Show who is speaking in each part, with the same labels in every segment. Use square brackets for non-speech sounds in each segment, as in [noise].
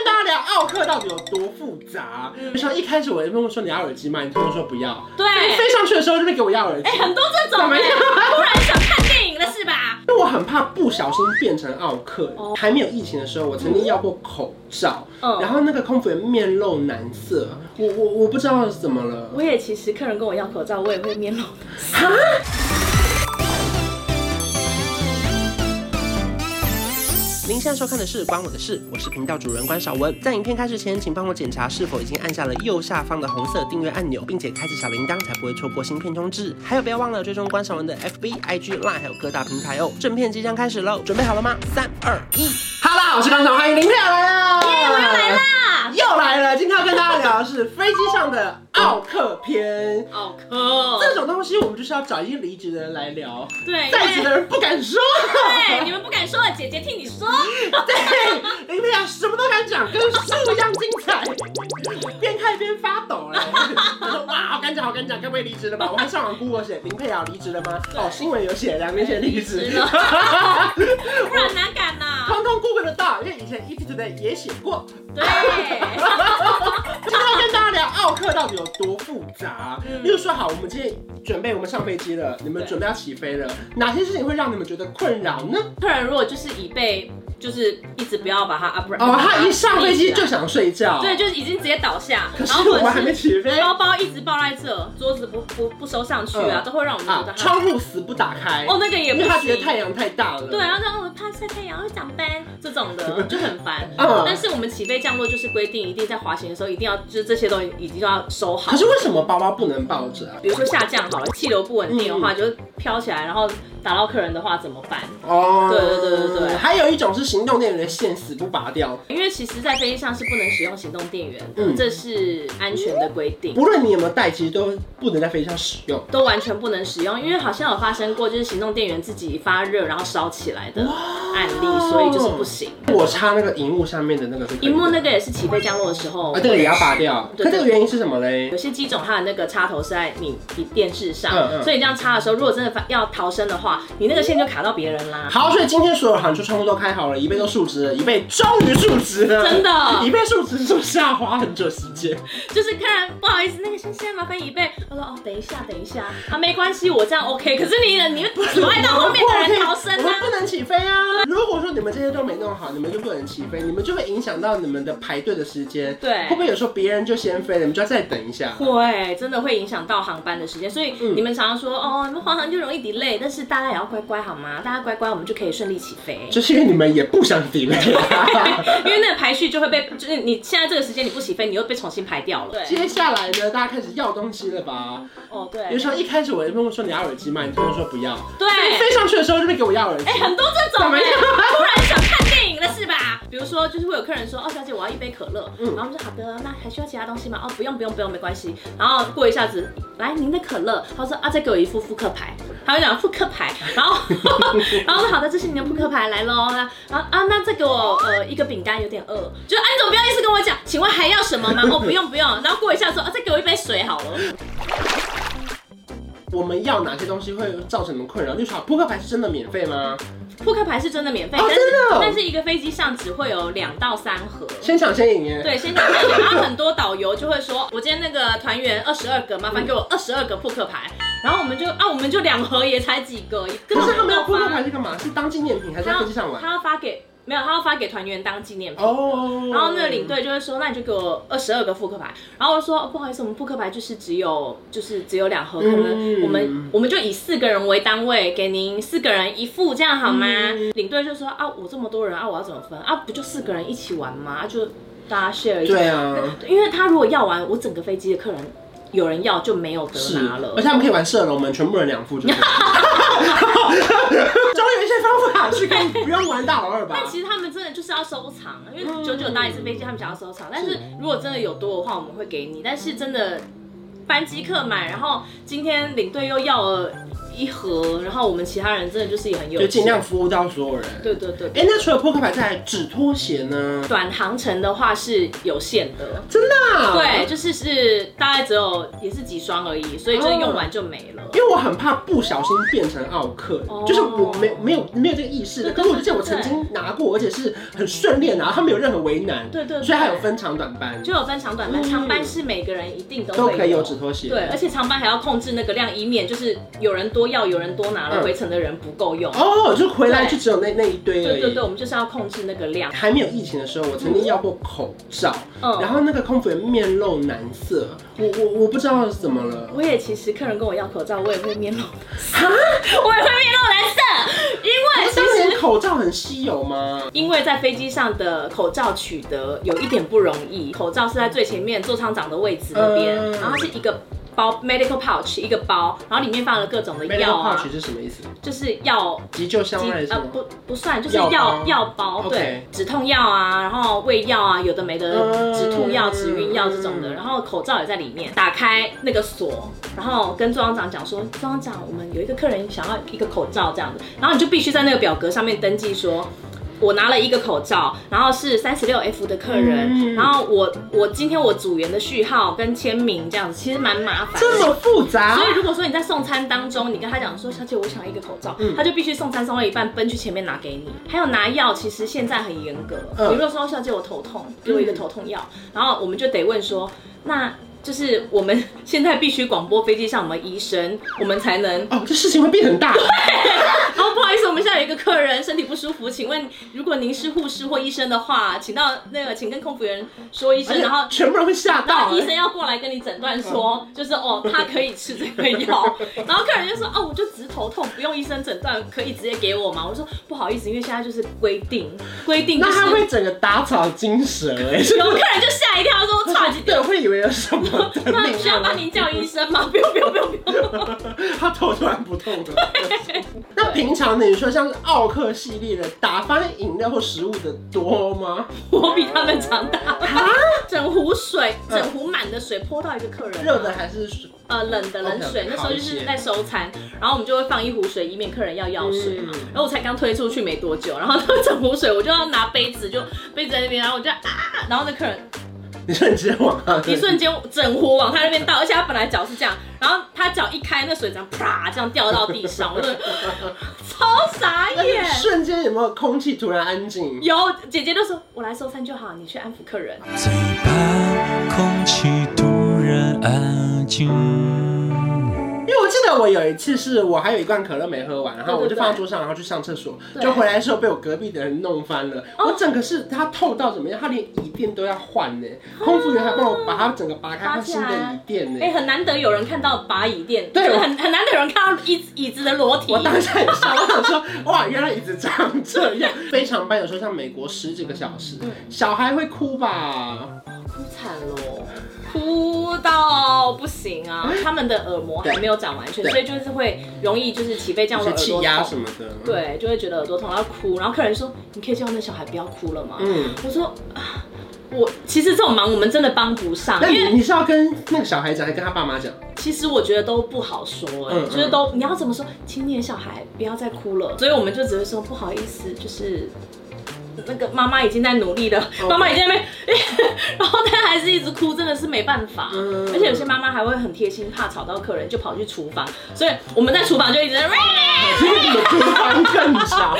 Speaker 1: 授课到底有多复杂？
Speaker 2: 嗯
Speaker 1: 就像一开始我问我说你要耳机吗？你跟我说不要，
Speaker 2: [laughs] 对，
Speaker 1: 飞上去的时候就会给我要耳机
Speaker 2: 哎、。很多这种、
Speaker 1: 怎么
Speaker 2: 哎，
Speaker 1: 样
Speaker 2: 突然想看电影了是吧？
Speaker 1: 因为我很怕不小心变成奥克
Speaker 2: 哦。
Speaker 1: 还没有疫情的时候，我曾经要过口罩，
Speaker 2: 嗯
Speaker 1: 然后那个空服员面露难色，我我我不知道怎么了。
Speaker 2: 我也其实客人跟我要口罩，我也会面 [laughs] 露。
Speaker 1: 啊您现在收看的是《关我的事》，我是频道主人关少文。在影片开始前，请帮我检查是否已经按下了右下方的红色订阅按钮，并且开启小铃铛，才不会错过新片通知。还有，不要忘了追踪关少文的 FB、IG、Line，还有各大平台哦。正片即将开始喽，准备好了吗？三、二、一，哈啦，我是关少文，欢迎林票来了，耶，我又来啦。又来了，今天要跟大家聊的是飞机上的奥克篇。
Speaker 2: 好客
Speaker 1: 这种东西我们就是要找一些离职的人来聊，
Speaker 2: 对，
Speaker 1: 在职
Speaker 2: 因为
Speaker 1: 的人不敢说。
Speaker 2: 对，你们不敢说了，姐姐替你说。
Speaker 1: 对，林佩雅什么都敢讲，跟树一样精彩，边看边发抖哎。 [laughs] 他说哇，好敢讲，好敢讲，该不会离职了吧？我还上网 Google 写林佩雅离职了吗？哦，新闻有写，两年前离职
Speaker 2: 离职。不然哪敢呐、
Speaker 1: [laughs] 通通 Google 得到，因为以前 EP Today 也写过。 [laughs]
Speaker 2: 对，
Speaker 1: 今天要跟大家聊奥克到底有多复杂。
Speaker 2: 嗯
Speaker 1: 例如说，好，我们今天准备我们上飞机了，你们
Speaker 2: 对
Speaker 1: 准备要起飞了，哪些事情会让你们觉得困扰呢？
Speaker 2: 客人如果就是椅背，就是一直不要把它 up。
Speaker 1: 哦，他一上飞机就
Speaker 2: 立起
Speaker 1: 想睡觉。 [laughs]
Speaker 2: 来对，就是已经直接倒下，
Speaker 1: 可
Speaker 2: 然
Speaker 1: 是
Speaker 2: 后
Speaker 1: 我
Speaker 2: 或
Speaker 1: 们还没
Speaker 2: 者是哦
Speaker 1: 起飞。
Speaker 2: 包包一直抱在这，桌子不不不收上去啊，
Speaker 1: 嗯
Speaker 2: 都会让我们觉
Speaker 1: 啊
Speaker 2: 得，他
Speaker 1: 窗户死不打开，
Speaker 2: 哦那个也
Speaker 1: 因
Speaker 2: 不
Speaker 1: 为
Speaker 2: 行
Speaker 1: 他觉得太阳太大了。
Speaker 2: 对，啊然后这样我怕晒太阳会长斑这种的就很烦。
Speaker 1: 嗯
Speaker 2: 但是我们起飞降落就是规定，一定在滑行的时候一定要就是这些东西一定要收好
Speaker 1: 可。是为什么包包不能抱着啊？
Speaker 2: 比如说下降好了，气流不稳定的
Speaker 1: 嗯
Speaker 2: 话，就会飘起来，然后打到客人的话怎么办？
Speaker 1: 哦，
Speaker 2: 对对对对对嗯
Speaker 1: 还有一种是行动电源的线死不拔掉，
Speaker 2: 因为其实，在飞机上是不能使用行动电源的，
Speaker 1: 嗯
Speaker 2: 这是安全的规定。
Speaker 1: 不论你有没有带，其实都不能在飞机上使用。
Speaker 2: 都完全不能使用，因为好像有发生过，就是行动电源自己发热然后烧起来的案例，所以就是不行。
Speaker 1: 我插那个荧幕上面的那个是可以的，
Speaker 2: 荧幕那个也是起飞降落的时候
Speaker 1: 啊，，这个也要拔掉。可
Speaker 2: 对
Speaker 1: 这个原因是什么嘞
Speaker 2: 有？些机种它的那个插头是在你你电视上，
Speaker 1: 嗯嗯
Speaker 2: 所以你这样插的时候，如果真的发要逃生的话，你那个线就卡到别人啦。
Speaker 1: 好，所以今天所有喊出窗户都开好了，椅背都竖直了，椅背终于竖直了，
Speaker 2: 真的
Speaker 1: [laughs] 椅背竖直是不是要花很久时间？
Speaker 2: 就是客人不好意思，那个先生麻烦椅背。我说哦，等一下，等一下啊，没关系，我这样 OK。可是你你会阻碍到后面的人逃生
Speaker 1: 我们
Speaker 2: 啊
Speaker 1: 不。能起飞啊！如果说你们这些都没弄好，你们就不能起飞，你们就会影响到你们的排队的时间。
Speaker 2: 对
Speaker 1: 会不会有时候别人就先飞了，你们就要再等一下？
Speaker 2: 会，真的会影响到航班的时间，所以
Speaker 1: 嗯
Speaker 2: 你们常常说、哦，你们黄航就容易 delay，但是大家也要乖乖好吗？大家乖乖，我们就可以顺利起飞。
Speaker 1: 就是因为你们也不想 delay 啊、
Speaker 2: [laughs] 因为那个排序就会被，就是你现在这个时间你不起飞，你又被重新排掉了。对，
Speaker 1: 接下来呢，大家开始要东西了吧？
Speaker 2: 哦
Speaker 1: 比如
Speaker 2: 对，
Speaker 1: 说一开始我问我说你要耳机吗？你突然说不要，
Speaker 2: 对，
Speaker 1: 飞上去的时候就会给我要耳机。
Speaker 2: 哎、很多这种、
Speaker 1: 怎么
Speaker 2: 哎，
Speaker 1: 样
Speaker 2: 突然想看电影了是吧？比如说，就是会有客人说，哦，小姐，我要一杯可乐，
Speaker 1: 嗯
Speaker 2: 然后我们说好的，那还需要其他东西吗？哦，不用不用不用，没关系。然后过一下子，来您的可乐，他说啊，再给我一副扑克牌，他会讲扑克牌，然后 [laughs] 然后我说好的，这是您的扑克牌来喽，那然后啊，那再给我呃一个饼干，有点饿，就哎安总不要意思跟我讲，请问还要什么吗？ [laughs] 哦，不用不用，然后过一下子，啊，再给我一杯水好了。
Speaker 1: 我们要哪些东西会造成你们困扰？例如说扑克牌是真的免费吗？
Speaker 2: 扑克牌是真的免费，
Speaker 1: 哦
Speaker 2: 但是、
Speaker 1: 真的哦
Speaker 2: 但是一个飞机上只会有两到三盒。
Speaker 1: 先抢先赢哎。
Speaker 2: 对，先讲那个，然后很多导游就会说，我今天那个团员二十二个，麻烦给我二十二个扑克牌。然后我们就啊，我们就两盒也才几个，
Speaker 1: 可
Speaker 2: 根本
Speaker 1: 是他们
Speaker 2: 没
Speaker 1: 要
Speaker 2: 有
Speaker 1: 扑克
Speaker 2: 发
Speaker 1: 牌。是干嘛？是当纪念品还是在
Speaker 2: 他要
Speaker 1: 飞机上玩？
Speaker 2: 他要发给没有，他要发给团员当纪念品。
Speaker 1: 哦。
Speaker 2: 然后那个领队就会说，那你就给我二十二个扑克牌。然后我说、哦不好意思，我们扑克牌就是只有就是只有两盒，可
Speaker 1: 嗯
Speaker 2: 能我们、我们就以四个人为单位，给您四个人一副，这样好吗？
Speaker 1: 嗯
Speaker 2: 领队就说啊，我这么多人啊，我要怎么分啊？不就四个人一起玩吗？啊就大家 share 一下。
Speaker 1: 对
Speaker 2: [laughs]
Speaker 1: 啊。
Speaker 2: 因为他如果要完，我整个飞机的客人有人要就没有得
Speaker 1: 是
Speaker 2: 拿了
Speaker 1: 而且。他们可以玩射龙门，全部人两副就可
Speaker 2: [laughs]
Speaker 1: 以。总有一些方法是可以不用玩大老二吧
Speaker 2: 但？其实他们真的就是要收藏，因
Speaker 1: 嗯
Speaker 2: 为九九搭一次飞机，他们想要收藏。但是如果真的有多的话，我们会给你。但是真的班机客满，然后今天领队又要了一盒，然后我们其他人真的就是也很有
Speaker 1: 就
Speaker 2: 钱
Speaker 1: 尽量服务到所有人。
Speaker 2: 对对对。
Speaker 1: 哎、那除了扑克牌，再来纸拖鞋呢？
Speaker 2: 短航程的话是有限的，
Speaker 1: 真的、啊？
Speaker 2: 对，，就是是大概只有也是几双而已，所
Speaker 1: 啊
Speaker 2: 以就用完就没了。
Speaker 1: 因为我很怕不小心变成奥克，
Speaker 2: 哦
Speaker 1: 就是我没没有没有这个意识的。
Speaker 2: 对
Speaker 1: 可是我就记得我曾经拿过，而且是很顺利的拿，他没有任何为难。
Speaker 2: 对对对
Speaker 1: 所以还有分长短班，
Speaker 2: 就有分长短
Speaker 1: 嗯
Speaker 2: 班，长班是每个人一定都
Speaker 1: 都可
Speaker 2: 会
Speaker 1: 以有纸拖鞋。
Speaker 2: 对，而且长班还要控制那个量，以免就是有人多要，有人多拿了，
Speaker 1: 嗯
Speaker 2: 回程的人不够用。
Speaker 1: 哦，就回来
Speaker 2: 对
Speaker 1: 就只有那那一堆而
Speaker 2: 对
Speaker 1: 已。
Speaker 2: 对对，我们就是要控制那个量。
Speaker 1: 还没有疫情的时候，我曾经要过口罩，
Speaker 2: 嗯
Speaker 1: 然后那个空服员面露难色，我我我不知道怎么了。
Speaker 2: 我也其实客人跟我要口罩，我也会面露， [laughs] 我也会面露蓝色，因为其
Speaker 1: 哦当
Speaker 2: 实
Speaker 1: 年口罩很稀有吗？
Speaker 2: 因为在飞机上的口罩取得有一点不容易，口罩是在最前面座舱长的位置那边，
Speaker 1: 嗯
Speaker 2: 然后它是一个包 medical pouch 一个包，然后里面放了各种的
Speaker 1: medical
Speaker 2: 药啊
Speaker 1: pouch，是什么意思？
Speaker 2: 就是药
Speaker 1: 急救箱还是什
Speaker 2: 呃
Speaker 1: 么？
Speaker 2: 不不算，就是
Speaker 1: 药
Speaker 2: 药
Speaker 1: 包
Speaker 2: 药包
Speaker 1: OK
Speaker 2: 对，止痛药啊，然后胃药啊，有的
Speaker 1: 嗯
Speaker 2: 没的，止吐药、止晕药这种
Speaker 1: 嗯
Speaker 2: 的，然后口罩也在里面。打开那个锁，然后跟中央长讲说，中央长，我们有一个客人想要一个口罩这样子，然后你就必须在那个表格上面登记说。我拿了一个口罩，然后是三十六 F 的客人，
Speaker 1: 嗯
Speaker 2: 然后我我今天我组员的序号跟签名这样子，其实蛮麻烦的。
Speaker 1: 这么复杂
Speaker 2: 所？以如果说你在送餐当中，你跟他讲说，小姐，我想要一个口罩，他就必须送餐送到一半奔去前面拿给你。还有拿药，其实现在很严格，
Speaker 1: 嗯
Speaker 2: 比如说小姐我头痛，给我一个头痛药，然后我们就得问说，那就是我们现在必须广播飞机上我们医生，我们才
Speaker 1: [laughs]
Speaker 2: 能。
Speaker 1: 哦，这事情会变很大。
Speaker 2: 哦，不好意思，我们现在有一个客人身体不舒服，请问如果您是护士或医生的话，请到那个请跟空服员说一声，然后
Speaker 1: 而且全部人会吓
Speaker 2: 然
Speaker 1: 到哎
Speaker 2: 后医。生要过来跟你诊断
Speaker 1: 嗯
Speaker 2: 说，就是哦，他可以吃这个
Speaker 1: [laughs]
Speaker 2: 药。然后客人就说，哦，我就只是头痛，不用医生诊断，可以直接给我吗？我说不好意思，因为现在就是规定，规定就
Speaker 1: 那
Speaker 2: 是
Speaker 1: 他会整个打草惊蛇
Speaker 2: [laughs]
Speaker 1: 哎、
Speaker 2: 有客人就吓一跳，说
Speaker 1: [laughs]
Speaker 2: 我差几点。
Speaker 1: 对，会以为有什么的
Speaker 2: 那
Speaker 1: 命
Speaker 2: 需要帮
Speaker 1: 案。
Speaker 2: 您叫医生吗？不用不用不用不用。
Speaker 1: [laughs] 他头突然不痛了。 [laughs] 那平常你说像是奥克系列的打翻饮料或食物的多吗？
Speaker 2: 我比他们长大，
Speaker 1: 啊
Speaker 2: 整壶水，整壶满的水泼到一个客人，
Speaker 1: 热的还是水
Speaker 2: 呃冷的冷
Speaker 1: OK，
Speaker 2: 水，那时候就
Speaker 1: 好一些
Speaker 2: 是在收餐，然后我们就会放一壶水，以免客人要药水嘛。
Speaker 1: 嗯
Speaker 2: 然后我才刚推出去没多久，然后 [laughs] 那整壶水我就要拿杯子，就杯子在那边，然后我就啊，然后那客人
Speaker 1: 你说你直接往他的
Speaker 2: 一瞬间整壶往他那边倒，而且他本来脚是这样，然后他脚一开，那水这样啪这样掉到地上，我就 [laughs] 超傻眼。
Speaker 1: 瞬间有没有空气突然安静？
Speaker 2: 有姐姐就说：“我来收餐就好，你去安抚客人。
Speaker 3: 最怕空气突然安静。
Speaker 1: 因为我记得我有一次是我还有一罐可乐没喝完，然后
Speaker 2: 对对
Speaker 1: 我就放在桌上，然后去上厕所，
Speaker 2: 对
Speaker 1: 就回来的时候被我隔壁的人弄翻了。
Speaker 2: 哦
Speaker 1: 我整个是它透到怎么样，它连椅垫都要换呢。
Speaker 2: 哦
Speaker 1: 空服员还帮我把它整个拔开，
Speaker 2: 拔
Speaker 1: 换新的
Speaker 2: 起来
Speaker 1: 椅垫呢
Speaker 2: 哎、。很难得有人看到把椅垫，
Speaker 1: 对
Speaker 2: 就是
Speaker 1: 我
Speaker 2: 很很难得有人看到椅椅子的裸体。
Speaker 1: 我当下也傻，我想说，哇，原来椅子长这样。非常班有时候像美国十几个小时，
Speaker 2: 嗯
Speaker 1: 小孩会哭吧？
Speaker 2: 哭惨喽，哭到不行啊！他们的耳膜还没有长完全，
Speaker 1: 对
Speaker 2: 所以就是会容易就是起飞这样
Speaker 1: 一些
Speaker 2: 的耳
Speaker 1: 气
Speaker 2: 朵
Speaker 1: 压
Speaker 2: 痛。
Speaker 1: 什么的。，
Speaker 2: 对，就会觉得耳朵痛，然后哭，然后客人说：“你可以叫那小孩不要哭了吗？”
Speaker 1: 嗯。
Speaker 2: 我说：“啊，我其实这种忙我们真的帮不上，
Speaker 1: 那
Speaker 2: 因为
Speaker 1: 你你是要跟那个小孩讲，还是跟他爸妈讲？
Speaker 2: 其实我觉得都不好说、哎
Speaker 1: 嗯嗯
Speaker 2: 就是都你要怎么说，请你的小孩不要再哭了。所以我们就只会说不好意思，就是那个妈妈已经在努力了，
Speaker 1: OK
Speaker 2: 妈妈已经在那边， [laughs] 然后她还是一直哭，真的是没办法。
Speaker 1: 嗯
Speaker 2: 而且有些妈妈还会很贴心，怕吵到客人，就跑去厨房，所以我们在厨房就一直在。
Speaker 1: 因为你的厨房更少。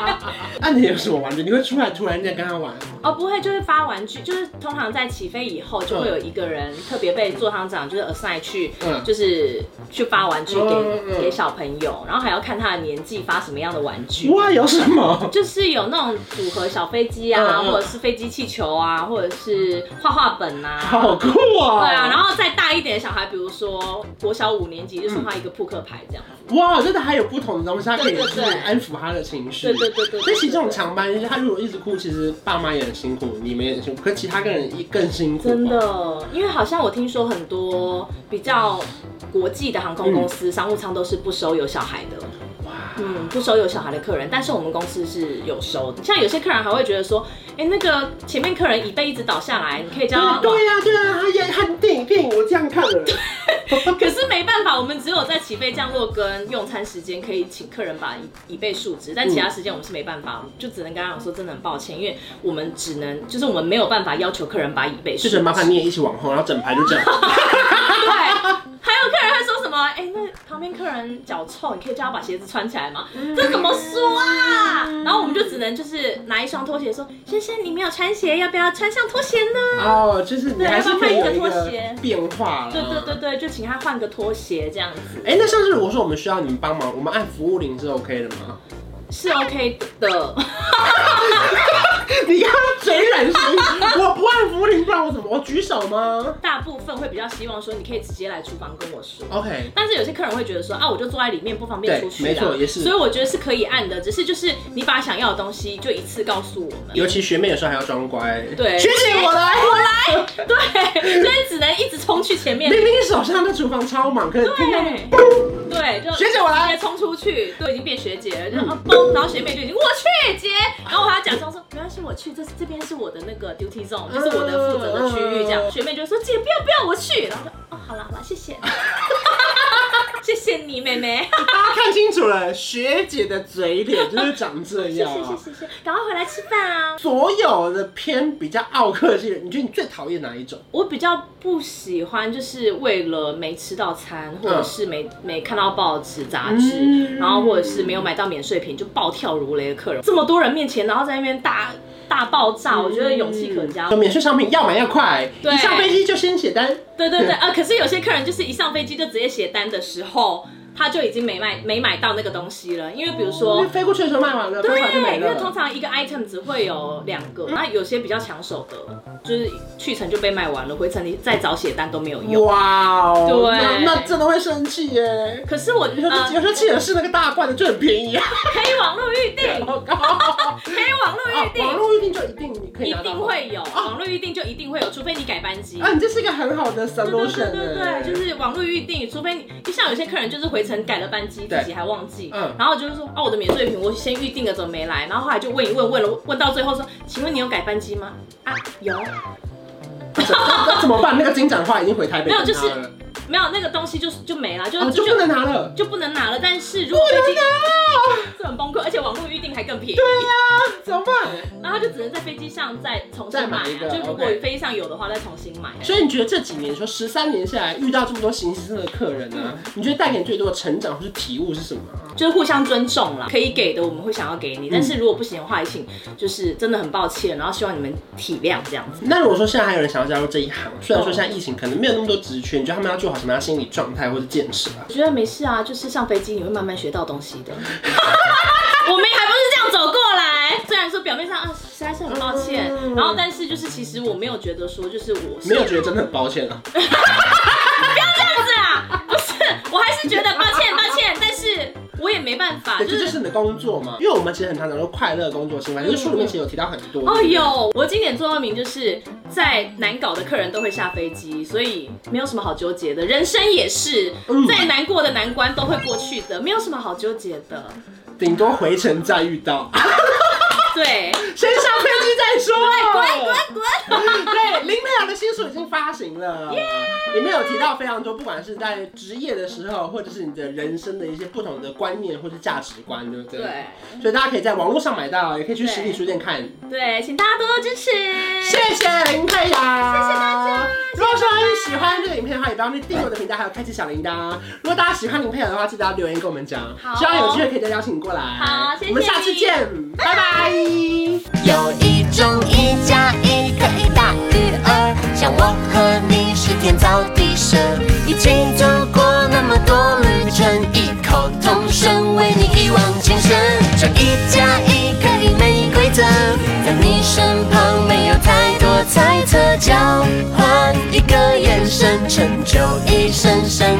Speaker 1: [laughs] 那你有什么玩具？你会出来突然间跟他玩？
Speaker 2: 哦，不会，就是发玩具，就是通常在起飞以后，就会有一个人特别被座舱长就是 assign 去，
Speaker 1: 嗯
Speaker 2: 就是去发玩具给、
Speaker 1: 嗯嗯
Speaker 2: 给小朋友，然后还要看他的年纪发什么样的玩具。
Speaker 1: 哇，有什么？
Speaker 2: 就是有那种组合小飞机啊，
Speaker 1: 嗯嗯
Speaker 2: 或者是飞机气球啊，或者是画画本啊，
Speaker 1: [laughs] 好酷啊！
Speaker 2: 对啊，然后再大一点的小孩，比如说国小五年级，就送他一个扑克牌这样。
Speaker 1: 哇，真的还有不同的东西，他可以
Speaker 2: 对
Speaker 1: 就
Speaker 2: 对
Speaker 1: 是
Speaker 2: 对
Speaker 1: 安抚他的情绪。
Speaker 2: 对对对对对
Speaker 1: 所以其实这种长班，他如果一直哭，其实爸妈也很辛苦，你们也很辛苦，可其他个人也更辛苦。
Speaker 2: 真。的，因为好像我听说很多比较国际的航空公
Speaker 1: 嗯
Speaker 2: 司、商务舱都是不收有小孩的。嗯，不收有小孩的客人，但是我们公司是有收的。像有些客人还会觉得说，哎、那个前
Speaker 1: 啊
Speaker 2: 面客人椅背一直倒下来，你可以叫他 [laughs]
Speaker 1: 对呀、对呀、他演他电影电影我这样看了，
Speaker 2: 可是没办法，我们只有在起飞降落跟用餐时间可以请客人把椅椅背竖直，但其
Speaker 1: 嗯
Speaker 2: 他时间我们是没办法，我们就只能跟他讲说真的很抱歉，因为我们只能就是我们没有办法要求客人把椅背竖
Speaker 1: [laughs] 就
Speaker 2: 直
Speaker 1: 是。麻烦你也一起往后，然后整排就
Speaker 2: [laughs]
Speaker 1: 这样。
Speaker 2: 对，还有客人会说什么？哎、那旁边客人脚臭，你可以叫他把鞋子穿起来吗？这怎么说啊？然后我们就只能就是拿一双拖鞋说，先生你没有穿鞋，要不要穿上拖鞋呢？
Speaker 1: 哦，就是你还是可以有一
Speaker 2: 对要不要换一个
Speaker 1: 个
Speaker 2: 拖鞋
Speaker 1: 变化了。
Speaker 2: 对对对。对，就请他换个拖鞋这样子
Speaker 1: 哎，那像是如果说我们需要你们帮忙，我们按服务铃是 OK 的吗？ [laughs]
Speaker 2: 是 OK 的。
Speaker 1: 你看他嘴软型，我不按服务铃，不然我怎么我举手吗
Speaker 2: 大部分会比较希望说你可以直接来厨房跟我说。
Speaker 1: ？OK，
Speaker 2: 但是有些客人会觉得说啊，我就坐在里面不方便
Speaker 1: 对
Speaker 2: 出去啊
Speaker 1: 没
Speaker 2: 啦
Speaker 1: 错，也是
Speaker 2: 所以我觉得是可以按的，只是就是你把想要的东西就一次告诉我们。
Speaker 1: 尤其学妹有时候还要装乖。
Speaker 2: 对
Speaker 1: 学姐我来，我来。
Speaker 2: 对，所以只能一直冲去前面。
Speaker 1: 明明手上的厨房超忙，可是听到
Speaker 2: 对，对，就
Speaker 1: 学姐我来嗯
Speaker 2: 直接冲出去，都已经变学姐了，就啊嘣，然后学妹就已经我去姐，然后我还要假装说没关系我去，这这边是我的那个 duty zone，就是我的负责的区域，这
Speaker 1: 嗯
Speaker 2: 样学妹就说姐不要不要我去，然后就哦好啦好啦谢谢，谢谢你妹妹。
Speaker 1: 大家看清楚了，学姐的嘴脸就是长这
Speaker 2: [laughs] 谢
Speaker 1: 样
Speaker 2: 谢谢
Speaker 1: 啊。
Speaker 2: 谢谢，赶快回来吃饭啊！
Speaker 1: 所有的偏比较傲客系的人，你觉得你最讨厌哪一种？
Speaker 2: 我比较不喜欢，就是为了没吃到餐，或者是没没看到报纸杂志，
Speaker 1: 嗯
Speaker 2: 然后或者是没有买到免税品就暴跳如雷的客人，这么多人面前，然后在那边大大爆炸，我觉得勇气可嘉。
Speaker 1: 嗯免税商品要买要快，
Speaker 2: 对
Speaker 1: 一上飞机就先写单。
Speaker 2: 对对对啊！可是有些客人就是一上飞机就直接写单的时候，他就已经没买没买到那个东西了，因为比如说
Speaker 1: 因为。飞过去的时候卖完了，飞完就
Speaker 2: 哦对，
Speaker 1: 没
Speaker 2: 因为通
Speaker 1: 了。
Speaker 2: 常一个 item 只会有两
Speaker 1: 嗯
Speaker 2: 个，那有些比较抢手的，就是去程就被卖完了，回程你再找写单都没有用。
Speaker 1: 哇哦，
Speaker 2: 对
Speaker 1: 那那真的会生气耶。
Speaker 2: 可是我
Speaker 1: 有时候
Speaker 2: 呃，
Speaker 1: 有时候企鹅是那个大罐的就很便宜啊， [laughs]
Speaker 2: 可以网络预定，
Speaker 1: 好高啊哦
Speaker 2: 可以网络预
Speaker 1: 网
Speaker 2: 定，
Speaker 1: 络预定就一定你可以
Speaker 2: 一
Speaker 1: 拿到
Speaker 2: 定会有，网络预定就一定会有，除非你改班机
Speaker 1: 啊，。你这是一个很好的
Speaker 2: 对对
Speaker 1: solution
Speaker 2: 对对
Speaker 1: 耶
Speaker 2: 对，就是网络预定，除非你就像有些客人就是回程改了班机，
Speaker 1: 对
Speaker 2: 自己还忘记，
Speaker 1: 嗯
Speaker 2: 然后就是说哦我的免税品我先预定了怎么没来，然后后来就问一问，问了问到最后说，请问你有改班机吗？啊有，
Speaker 1: 那怎么办？那个金盏花已经回台北
Speaker 2: 没有
Speaker 1: 跟
Speaker 2: 就是
Speaker 1: 他了
Speaker 2: 没有那个东西就就没了，就
Speaker 1: 哦，就
Speaker 2: 就
Speaker 1: 不能拿了。
Speaker 2: 就不能拿了。但是如果飞机这很崩溃，而且网络预定还更便宜，
Speaker 1: 对呀、怎么办？
Speaker 2: 然后就只能在飞机上再重
Speaker 1: 再
Speaker 2: 新买
Speaker 1: 买
Speaker 2: 啊
Speaker 1: 一个，
Speaker 2: 就如果
Speaker 1: OK
Speaker 2: 飞机上有的话再重新买。
Speaker 1: 所以你觉得这几年说十三年下来遇到这么多形形色色的客人啊，你觉得带给你最多的成长或是体悟是什么啊？
Speaker 2: 就是互相尊重啦，可以给的我们会想要给你，
Speaker 1: 嗯
Speaker 2: 但是如果不行的话，也请就是真的很抱歉，然后希望你们体谅这样子。
Speaker 1: 那如果说现在还有人想要加入这一行，虽然说现在疫情可能没有那么多职缺，你觉得他们要做好什么样的心理状态或者建设啊？
Speaker 2: 我觉得没事啊，就是上飞机你会慢慢学到东西的。 [laughs] 我们还不是这样走过来，虽然说表面上啊实在是很抱歉，
Speaker 1: 嗯
Speaker 2: 然后但是就是其实我没有觉得说就是我是
Speaker 1: 没有觉得真的很抱歉 [laughs] 啊，
Speaker 2: 不是啊，不是，我还是觉得抱歉抱歉，但是我也没办法，
Speaker 1: 对，
Speaker 2: 就
Speaker 1: 这就是是你的工作嘛。因为我们其实很常讲说快乐工作心态，就是书里面其实有提到很多。
Speaker 2: 哦，有我经典座右铭就是在难搞的客人都会下飞机，所以没有什么好纠结的。人生也是
Speaker 1: 嗯，
Speaker 2: 再难过的难关都会过去的，没有什么好纠结的。
Speaker 1: 顶多回程再遇 [laughs] 到，
Speaker 2: 对，
Speaker 1: 先上飞机再说。
Speaker 2: 滚滚滚！
Speaker 1: 对，林美雅的新书已经发行了，里面有提到非常多，不管是在职业的时候，或者是你的人生的一些不同的观念或是价值观，对不对？
Speaker 2: 对。
Speaker 1: 所以大家可以在网络上买到，也可以去实体书店看。
Speaker 2: 对，请大家多多支持。
Speaker 1: 谢谢林佩雅，谢
Speaker 2: 谢大家
Speaker 1: 如果说你喜欢这个影片的话，也不要去订阅我的频道，还有开启小铃铛。如果大家喜欢林佩雅的话，记得要留言跟我们讲，
Speaker 2: 好
Speaker 1: 希望有机会可以再邀请你过来。
Speaker 2: 好谢谢
Speaker 1: 我们下次见，
Speaker 2: [laughs]
Speaker 1: 拜 [laughs] 拜
Speaker 4: 有一种一加一可以大于二，像我和你是天造地设，一起走过那么多旅程，异口同声为你一往情深。这一加一可以没规则，在你身旁没有太多猜测，交换一个眼神，成就一生深